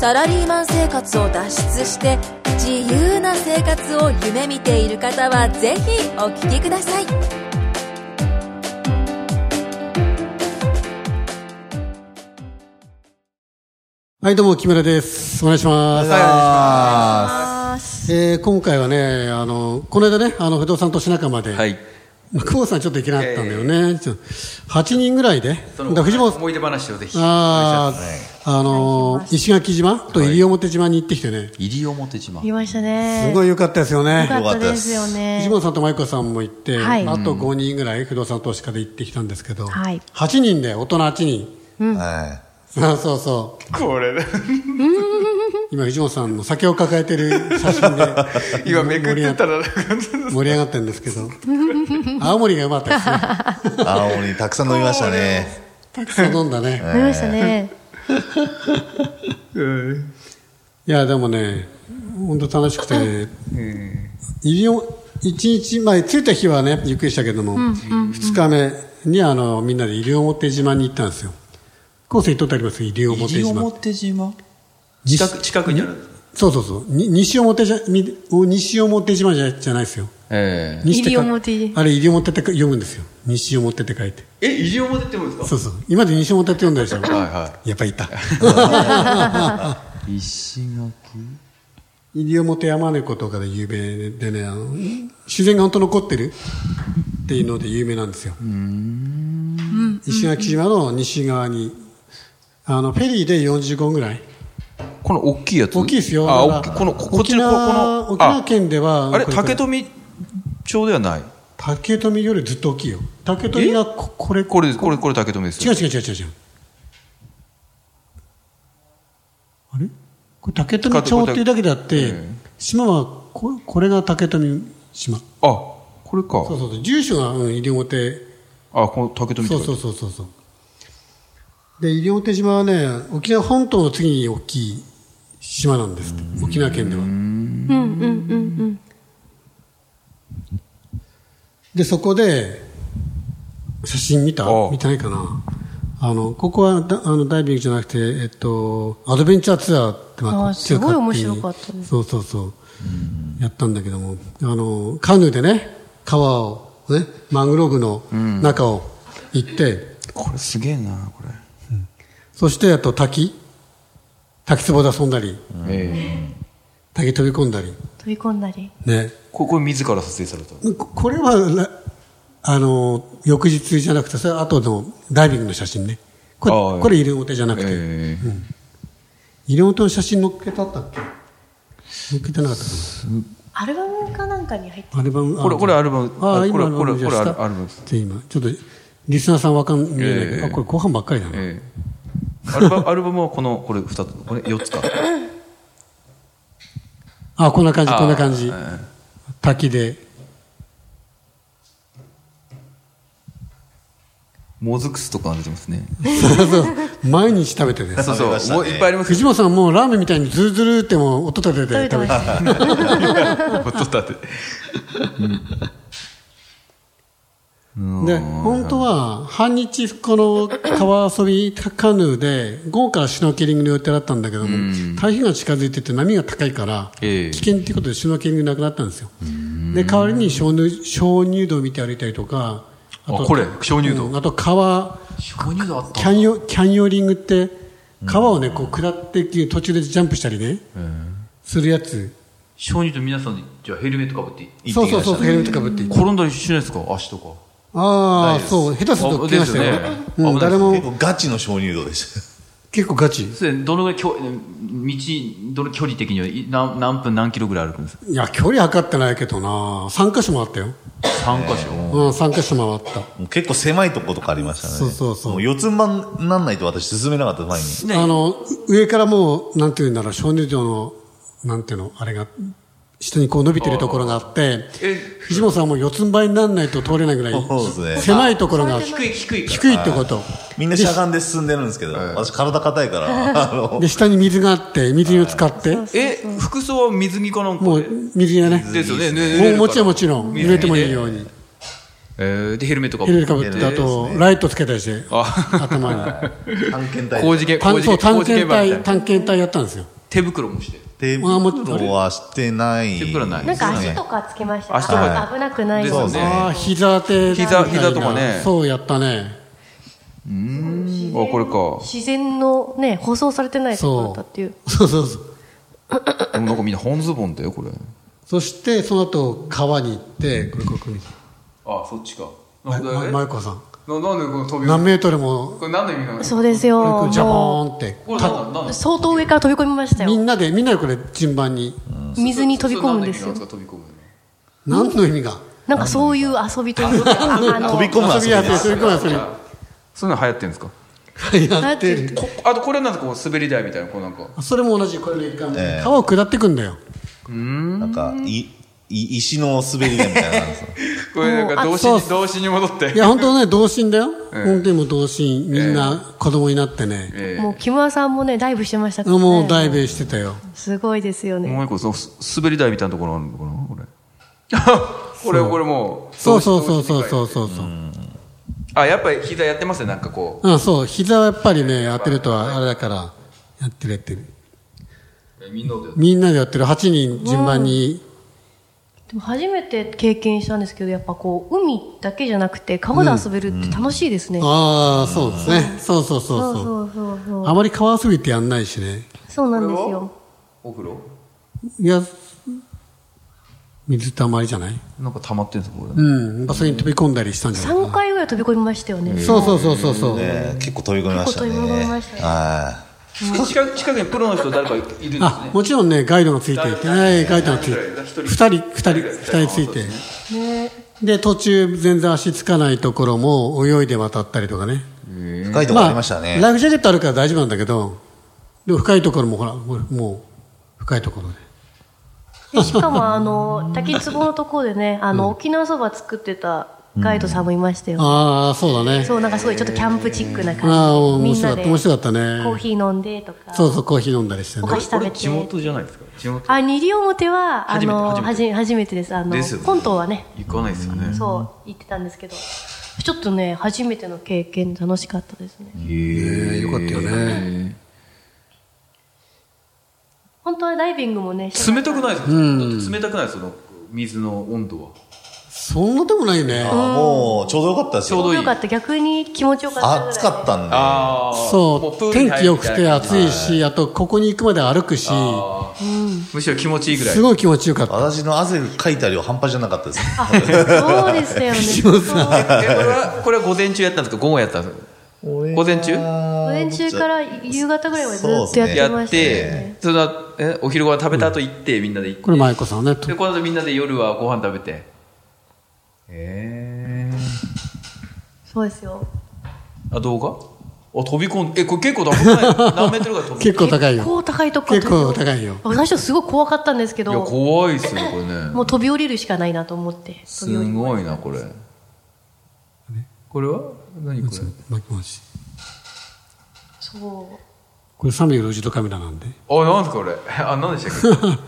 サラリーマン生活を脱出して自由な生活を夢見ている方はぜひお聞きくださいはい、どうも、木村です。お願いします。えー今回はね、あの、この間ね、あの、不動産投資仲間で、はい。まあ久保田さんちょっと行けなかったんだよね。ちょっと8人ぐらいで、そだからの藤本さん、思い出話をぜひ。あーあのー、石垣島と西表島に行ってきてね、西表島。いましたね。すごい良かったですよ良かね。ったですよ藤ね。本さんと舞子さんも行って、はいあと5人ぐらい不動産投資家で行ってきたんですけど、はい8人で大人8人。 あはそうそう。これ、。今、藤本さんの酒を抱えてる写真で今めくってたら、なんか盛り上がってるんですけ ど青森が良かったですねい。青森たくさん飲みましたね。たくさん飲んだね飲みましたね。いやでもね本当楽しくて入りを一日前着いた日はねゆっくりしたけども、二日目にあのみんなで西表島に行ったんですよコース行っとってあります西表西島表島西近く、近くにある。そうそうそうに西表じゃみ西表島じゃじゃないですよえ西ってか西表あれ西表って読むんですよ西表って書いてえ。え、西表ってもですそうそう今まで西表って読んだでしょかはいはやっぱりいたい。石垣西表山猫とかで有名でねあの自然が本当残ってるっていうので有名なんですよ石垣島の西側にあのフェリーで40号ぐらいこの大きいやつ大きいですよあ、だか大きい。らこの、ここっち沖の、こ縄この。沖縄県ではああれ、ここ竹富町ではない。竹富よりずっと大きいよ竹富がここれこれです、これ、これ竹富です違うよ。違う違う違う違うあれこれ竹富町っていうだけであっえて島はここれが竹富島あ、これかそう。そうそう住所が、うん、西表あ、この竹富そう町そう。そうそうそうで西表島はね沖縄本島の次に大きい島なんですって沖縄県ではうんうんうんでそこで写真見たああ見てないかなあのここはだあのダイビングじゃなくて、えっと、アドベンチャーツアーってああこっちがすご勝手にい面白かったですそうそうそうやったんだけどもあのカヌーでね川を、ね、マングローブの中を行って、これすげえな、これ。そしてあと滝滝壺で遊んだりええ。竹飛び込んだりうん。飛び込んだり。ねここれ自ら撮影された。ここれはらあの翌日じゃなくてそれは後のダイビングの写真ねこれああこれ入れ表じゃなくて、ええ。入れ表の写真載っけてあったっけ載っけてなかったかアルバムかなんかに入ってなアルバムあこれこれアルバムあああ今これアルバムこれじゃこれ下アルバムで今ちょっとリスナーさんわかんないんだけど、ええあこれ後半ばっかりだな、え え。アルバアルバムはこの、これ二つ、これ四 つか。あこんな感じああこんな感じ、え滝でもずく酢とかが出てますね。毎日食べてねそう食そべまう。したねもういっぱいあります よ。藤本さんもうラーメンみたいにズルズルってもう音立てて食べて食まべしてた。ホットタテ。で本当は半日この川遊びカヌーで午後からシュノーケリングの予定だったんだけども、台風が近づいてて波が高いから、ええ危険っていうことでシュノーケリングなくなったんですよ、で代わりに鍾乳鍾乳洞見て歩いたりとかあこれ鍾乳洞うんあと川巨乳だっキャンヨキャンヨリングって川をねこう下っていく途中でジャンプしたりね、するやつ小乳と皆さんに、じゃあヘルメットかぶっていいそうそうそうヘルメットかぶっていい転んだりしないですか足とか。あないあですそう下手すると来ましたよねあですよねうん、危ないです誰結も構ガチの鍾乳洞でし結構ガチそれどのぐらいきょ、道、どの距離的にはい何何分何キロぐらい歩くんですかいや、距離測ってないけどな3カ所もあったよ。三箇所。うん、3カ所もあった。た。もう結構狭いとことかありましたね。そうそうそうも四つんばんなんないと私進めなかった前に。ねあの、上からもう、なんていうんだろう、鍾乳洞の、なんていうの、あれが、下にこう伸びてるところがあって、藤本さんはもう四つん這いにならないと通れないぐらそうですねい、狭いところが低い低い低いってこと。みんなしゃがんで進んでるんですけど、私体硬いから、あので、、下に水があって、水を使って、え服装は水着かなんかもでう水がね、ですよねねもうもちろんもちろん、水着濡れてもいいように。えーでヘルメットかヘルメッかトかぶって、あと、ライトつけたりして、あ頭 に。探検 隊工事系工探事そう系探工事系検バー隊、みたいな探検隊やったんですよ。手袋もして手あもう袋はしてない。手袋ないなんか足ねとかつけました。足とかあ危なくないですよねああ、膝手膝みたいな膝とかねそうやったね。あこれか自然のね、舗装されてないところだったっていう。そうそうそう。でもなんかみんな半ズボンだよこれそして、その後、川に行って、これ、これ、これあそっちかまなまなマんユコさん。でこの飛び何メートルも、これ何の意味なのそうですよ。ジャボもーンって、これた何なの相当上から飛び込みましたみよ。んなで、みんなでこれ、順番に。水に飛び込むんですよそれ。何の意味なんです何かの意味がなんかそういう遊びというか、あの飛び込む遊遊びびやっでて、そす。れこそ遊飛び込むそういうの流行ってんですかび。やってる。こあとこれなんかこう滑り台みたいなこうなんかそれも同じ、これの一環えでえ。川を下ってくんだよ。なんか、い、い石の滑り台みたいなのなんですよ。これなんかもう童あそう心に童心に戻っていや、本当ね、童心だよ。ええ本当にもう童心。みんな子供になってね。えもう木村さんもね、ダイブしてましたからね。もうダイブしてたよ。すごいですよえね。もう一個そのす滑り台みたいなところあるのか なこれこれこれもうそうそうそうそう童心そにうそうそう。あやっぱり膝やってますねなんかこうん、そう。膝はやっぱりね、やってるとは、あれだから、やってるやってる。うみんなでみんなでやってる。8人順番に。でも初めて経験したんですけど、やっぱこう、海だけじゃなくて、川で遊べるって楽しいですね。ああ、そうですね。そうそうそうそ。そうそうそうう。あまり川遊びってやんないしね。そうなんですこれはよ。お風呂いや、水たまりじゃないなんか溜まってんすかこれうん。それに飛び込んだりしたんじゃない3回ぐらい飛び込みましたよね。そうそうそうそうそう。えー結構飛び込みましたね。結構飛び込みましたねは近く近くにプロの人誰かいるんですねあ、もちろんね、ガイドがついていて、はい、ガイドがついて、二人、二人、二人ついて。で、途中、全然足つかないところも泳いで渡ったりとかね。い。深いとこありましたね。ライフジャケットあるから大丈夫なんだけど、でも深いところもほら、ほらもう、深いところで。でしかも、あの、滝壺のところでね、あの、沖縄そば作ってたガイドさんもいましたよ。ああ、そうだね。そう、なんかすごいちょっとキャンプチックなああ、感じ。面みん白かなっでた、面白かったコーね。ヒー飲んでとか。そうそう、コーヒー飲んだりしてねお。菓子食べて地元じゃないですか地元あ、西表は、あの、初初め初めてです。あのですよ、ね本島はね、行かないですよねそう、行ってたんですけど、ちょっとね、初めての経験楽しかったですね。ええよかったよね。本当はダイビングもね、冷たくないですかだって冷たくないですよ水の温度はそんなでもないね。あもう、ちょうどよかったですちょうよ。どいいよかった。逆に気持ちよかったぐらい。暑かったんで。あそう、天気良くて暑いし、あと、ここに行くまで歩くし、むしろ気持ちいいぐらいすごい気持ちよかった。私の汗かいた量半端じゃなかったです。そうでしたよね。そうえこれはこれは午前中やったんですか午後やったんですか午前中午午前中から夕方ぐらいまでずっとやってやまっしたよね。てそのえお昼ご飯食べた後行ってみんなで行ってこれ、舞子さんね。でこの後みんなで夜はご飯食べてそうですよ。あ動画あ飛び込んでえこれ結構だ危ない何メートルが飛び込んで結構高い結よ。構高いとこ結構高いよ。私最初すごい怖かったんですけいやど、怖いっすよこれねもう飛び降りるしかないなと思って。飛すび降りごいなこれこれは何これ巻き戻しそこれ360度カメラなんで。あなんですかこれ あ何でしたっけ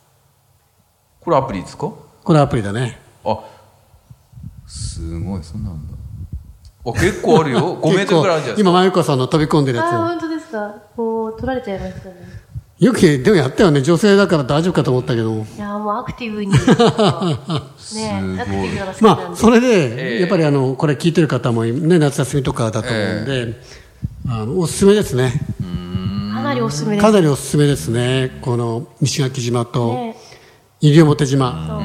これアプリですかこれアプリだね。あすごいそんなんだあ結構ある よ5メートルぐらいあるんじゃないですか今、舞子さんの飛び込んでるう。ああー、や本当ですか。もう取られちゃいましたね。つ。よく、でもやったよね。女性だから大丈夫かと思ったけど。いやーもうアクテ ィブに。ね、アクティブなのが好きなまんあ、で。それええで、やっぱりあの、これ聞いてる方も、ね、夏休みとかだと思うんで、あの、おすすめですね。かなりおすすめでかす。なりおすすめですね。この、西垣島と、ね西表島。そう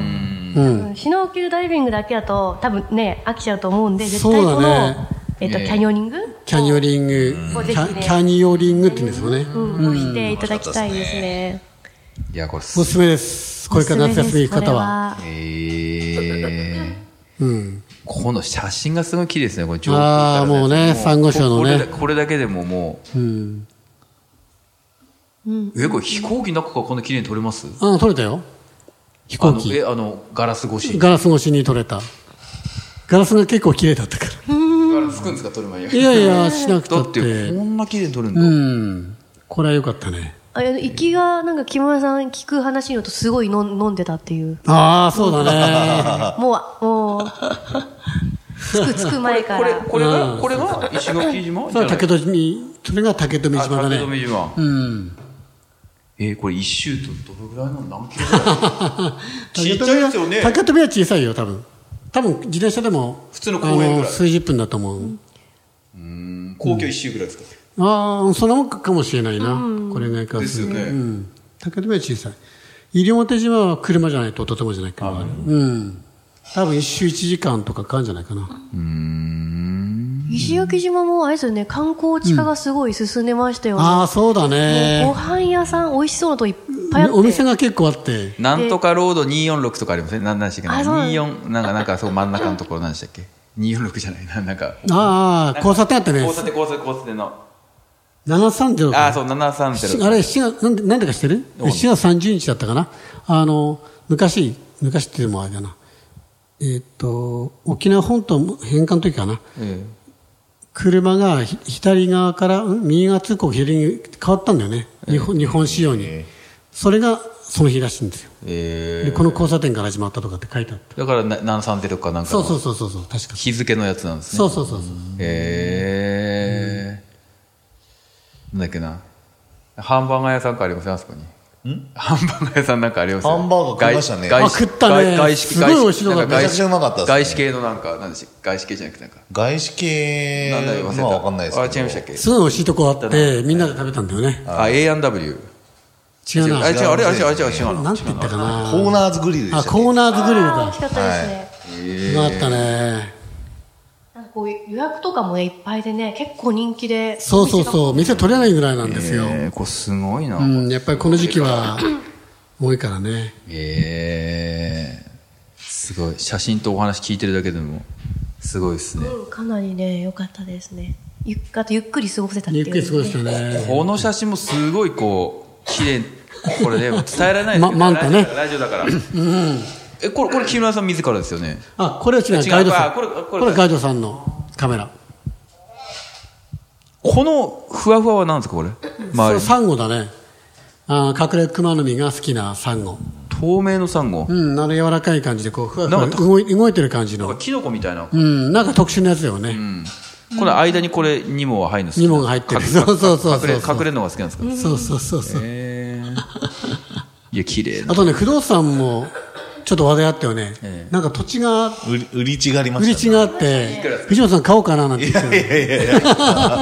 うん。シュノーケルダイビングだけだと多分ね飽きちゃうと思うんで絶対そこうだの、ねえっとええキャニオニングキャニオリング、キぜひャねキャニオリングって言うんですよね。うんをしていただきたいですね。いやこれすおすすめです。これから夏休み行く方は。おすすめです。これえーうん。この写真がすごい綺麗ですね、これ上空あーからもうね珊瑚礁のねここれだこれだけでももうん。う、え、これ飛行機の中からこんな綺麗に撮れますあ、取れたよ。飛行あのえ機あのガラス越しガガラス越しに撮れたガラスが結構綺麗だったからラスくんですか撮る前にいやいやしなくだたっっててこんな綺麗に撮るんだ、うんこれは良かったねあの行きがなんか木村さん聞く話によるとすごいの飲んでたっていうああそうだねもうも うつくつく前かこれらこれうがんこれが石垣島 それは竹富にそれが竹富島だあね竹富島うんえーこれ一周とどのぐらいなの何キロぐらいちっちゃいですよね竹富は小さいよ多分多分自転車でも普通の公園ぐらいあの数十分だと思う、皇居一周ぐらいですか、ああそんなもんかもしれないな、これぐらいかですよねうん、竹富は小さい西表島は車じゃないととてもじゃないからうん多分一周1時間とかかかるんじゃないかな、石垣島もあれですよね観光地化がすごい進んでましたよね、ああそうだもうごね飯屋さん美味しそうなとこいっぱいあってお店が結構あってなんとかロード246とかありません、ね、何でしたっけあそうなんだ24なんかなんかそう真ん中のところ何でしたっけ246じゃないななんかああ交差点あってね交差点交差点交差点の730あかあそう730あれ、7月、なんで、なんでか知ってる ?7 月30日だったかなあの、昔、昔っていうのもあれだな。えーっと、沖縄本島返還の時かな。え車がひ左側から、ん右側通行左に変わったんだよね。日本、日本仕様に。それがその日らしいんですよ。ええで、この交差点から始まったとかって書いてあった。えだからな730かなんかそのうそうそうそうそう、確か。日付のやつなんですねそうそうそうそう。へえ。なんだっけな。ハンバーガー屋さんかありませんあそこに。ハンバーガー屋さんなんかありますよハンバーガー食いましたね外あ食ったね外外資すごい美味しいのがなん外資めちゃくちゃうまかったっすね外資系のなんか、なんでしたっけ外資系じゃなくてなんか。外資系なんだよ忘れたまあわかんないですけどあ、違いましたっけすごい美味しいとこあって、みんなで食べたんだよね。あ、A&W。違うあ、な。違う、あれ、あれ、違う、あれ違う、違うなの。んて言ったかな。コーナーズグリルでしたあ、ねコーナーズグリルあー美だ味し。かったですね、よかったね。なんかこう予約とかもねいっぱいでね結構人気でそうそううそう、店取れないぐらいなんですよ。えー、これすごいな。うん、やっぱりこの時期は多いからね。ええ。すごい。写真とお話聞いてるだけでも、すごいですね。んかなりね良かったですねゆっあとゆっくり過ごせたっていゆうっくり過ごしてね。この写真もすごいこう綺麗これね伝えられないですけどまマンタねラジオだからラジオだからえこれこれ木村さん自らですよねあ、これは違違う、うガイドさあん。ここれれこれガイドさんのカメラ。このふわふわは何ですかこれそ周れりサンゴだね。あ隠れ熊の実が好きなサンゴ。透明のサンゴうん、あの柔らかい感じで、こう、ふわふわなんか動い動いてる感じなんのか。キノコみたいなうん、なんか特殊なやつだよね。この間にこれニモが入るの好きニモが入ってる隠そうそうそうそう隠れ隠れるのが好きなんですかそうそうそうそう。へえいや綺麗なあとね、不動産も、ちょっと話題あったよね。なんか土地が、売り売り違りま売りした地ねがあって、藤本さん買おうかななんて言ってた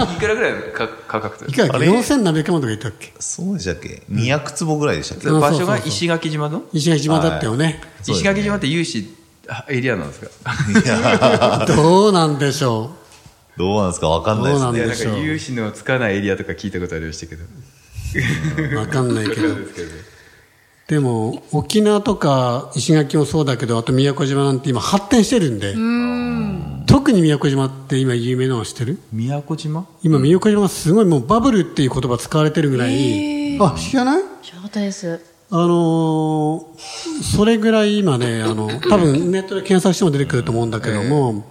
のいくらぐらいの価価格いでくらだっけあれ ?4000 何百万とか言ったっけそうでしたっけ200坪ぐらいでしたっけうん場そ所うそうがそう石垣島の石垣島だったよね。そうです石ね垣島って有志あエリアなんですかどうなんでしょ どうなんですかわかんないですどうねなんでなんしかょう有志のつかないエリアとか聞いたことありましたけどう。わかんないけど。ですけどでも、沖縄とか石垣もそうだけど、あと宮古島なんて今発展してるんで、特に宮古島って今有名なの知ってる宮古島今宮古島すごいもうバブルっていう言葉使われてるぐらい、あ、知らない知らなかったですあのーそれぐらい今ね、あの、多分ネットで検索しても出てくると思うんだけども、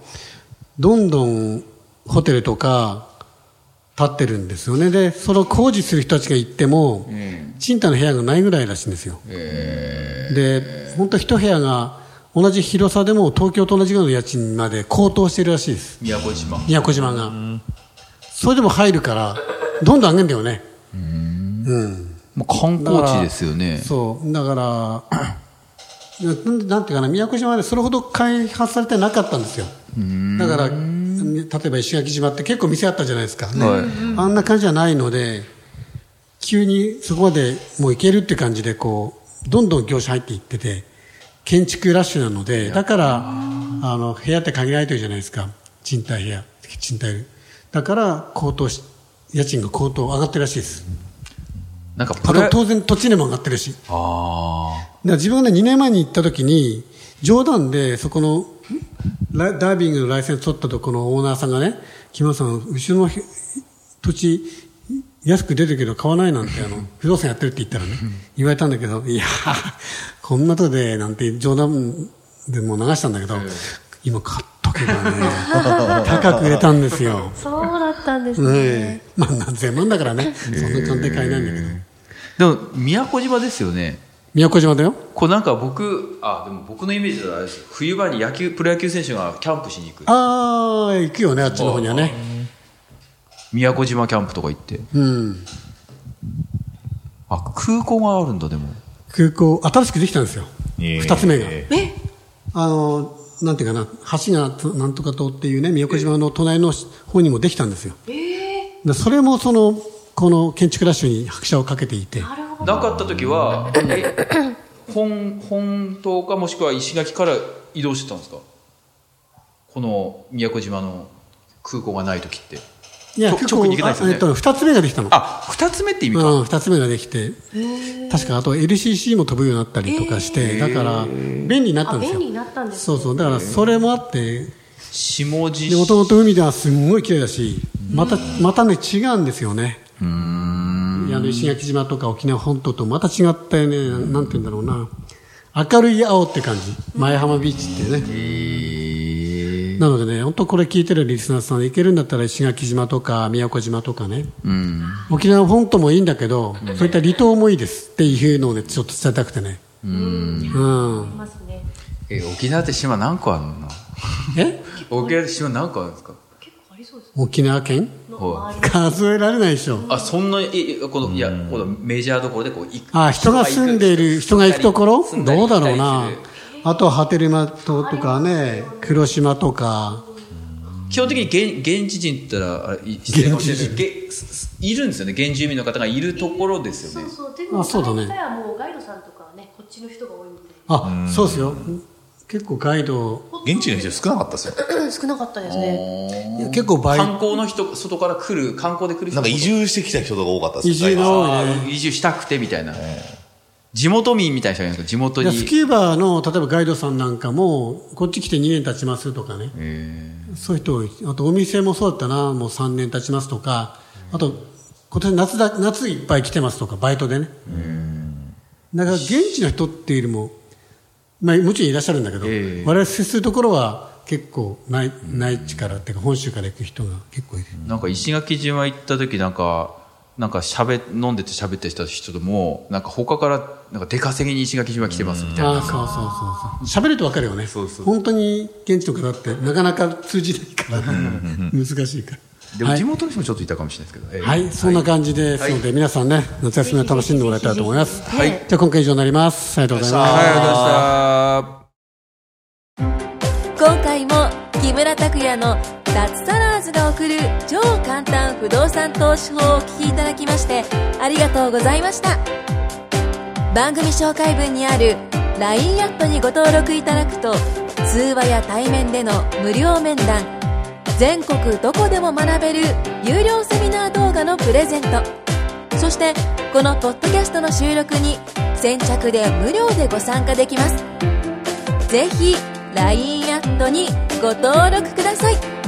どんどんホテルとか建ってるんですよね。で、その工事する人たちが行っても、賃貸の部屋がないぐらいらしいんですよ。で、本当一部屋が同じ広さでも東京と同じぐらいの家賃まで高騰してるらしいです。宮古島宮古島が。それでも入るから、どんどん上げるんだよね。うん。もう観だか光ら地ですよねそうだからなんなんていうかな宮古島はねそれほど開発されてなかったんですよだからね例えば石垣島って結構店あったじゃないですか、ねはいあんな感じじゃないので急にそこまでもう行けるって感じでこうどんどん業者入っていってて建築ラッシュなのでだからあの部屋って限られてるじゃないですか賃貸部屋賃貸だから高騰し家賃が高騰上がってるらしいですなんかあプロと当然土地値も上がってるしあだから自分がね、2年前に行った時に、冗談で、そこの、ラダイビングのライセンス取ったとこのオーナーさんがね、木村さん、うちのひ土地、安く出てるけど買わないなんて、あの、不動産やってるって言ったらね、言われたんだけど、いや、こんなとで、なんて冗談でも流したんだけど、今買っとけばね、高く売れたんですよ。そうだったんです ね。ねえまあ何千万だからね、そんな簡単に買えないんだけど。でも宮古島ですよね宮古島だよ。こうなんか僕あでも僕のイメージだとあれです冬場に野球プロ野球選手がキャンプしに行くああ、行くよね、あっちの方にはね。宮古島キャンプとか行ってうん。あ空港があるんだでも空港、新しくできたんですよ。二つ目が。えあの、なんていうかな、橋がとなんとか島っていうね、宮古島の隣の方にもできたんですよ。でそれもその、この建築ラッシュに拍車をかけていて、なるほど。なかった時はえ本本島かもしくは石垣から移動してたんですかこの宮古島の空港がない時っていや、ちょ結直構、に行けないですよあねえっと、二つ目ができたの。あ二つ目って意味か、うん、二つ目ができて、確かあと LCC も飛ぶようになったりとかして、だから、便利になったあ、んですよ便利。になったんですねそうそう、だからそれもあって、下地で、もともと海ではすんごい綺麗だし、また、またね、違うんですよね。あの、石垣島とか沖縄本島とまた違ったね、なんて言うんだろうな。明るい青って感じ。前浜ビーチってね。なのでね、本当これ聞いてるリスナーさん、行けるんだったら石垣島とか宮古島とかね。沖縄本島もいいんだけど、そういった離島もいいですっていうのをね、ちょっと伝えたくてね。うん。ありますね。え沖縄って島何個あるのえ沖縄って島何個あるんですか結構ありそうです。沖縄県はい数えられないでしょ。あそんなえこのいやこのメジャーどころでこう行くあ、人が住んでいる、人が行くところ住んだりどうだろうな来たりする。あと、波照間島とかね、黒島とか、基本的に現現地人って言ったらあれい失礼かもしれない現けすすいるんですよね現住民の方がいるところですよそうねそう。であも、そうだね大体はもうガイドさんとかはね、こっちの人が多いので。あ、そうですよ。結構ガイド、現地の人少なかったですよ。 少なかったですね。結構倍、観光の人外から来る観光で来る人なんか移住してきた人が多かったです移住が多いあね。ー移住したくてみたいな、地元民みたいな人がいるんですか地元いにやスキューバーの、例えばガイドさんなんかも、こっち来て2年経ちますとかね。そういう人多い。あと、お店もそうだったな、もう3年経ちますとか、あと、今年夏だ、夏いっぱい来てますとか、バイトでね。だから、現地の人っていうよりも、まあ、もちろんいらっしゃるんだけど、ええ我々接するところは結構内、内地からっていうか、本州から行く人が結構いる。なんか石垣島行った時なんか、なんか喋、飲んでて喋ってた人とも、なんか他から、なんか出稼ぎに石垣島来てますみたいああ、な。そうそうそうそう。喋ると分かるよね。そうそう本当に現地の方って、なかなか通じないから、難しいから。でも地元の人もちょっといたかもしれないですけど。えーはい、そんな感じですので、皆さんね、夏休みを楽しんでもらいたいと思います。はいじゃあ今回以上になります。ありがとうございはまい、あすり。がとうございました。今回も木村拓哉の脱サラーズが送る超簡単不動産投資法をお聞きいただきましてありがとうございました番組紹介文にある LINE アットにご登録いただくと通話や対面での無料面談全国どこでも学べる有料セミナー動画のプレゼントそしてこのポッドキャストの収録に先着で無料でご参加できますぜひ LINE アットにご登録ください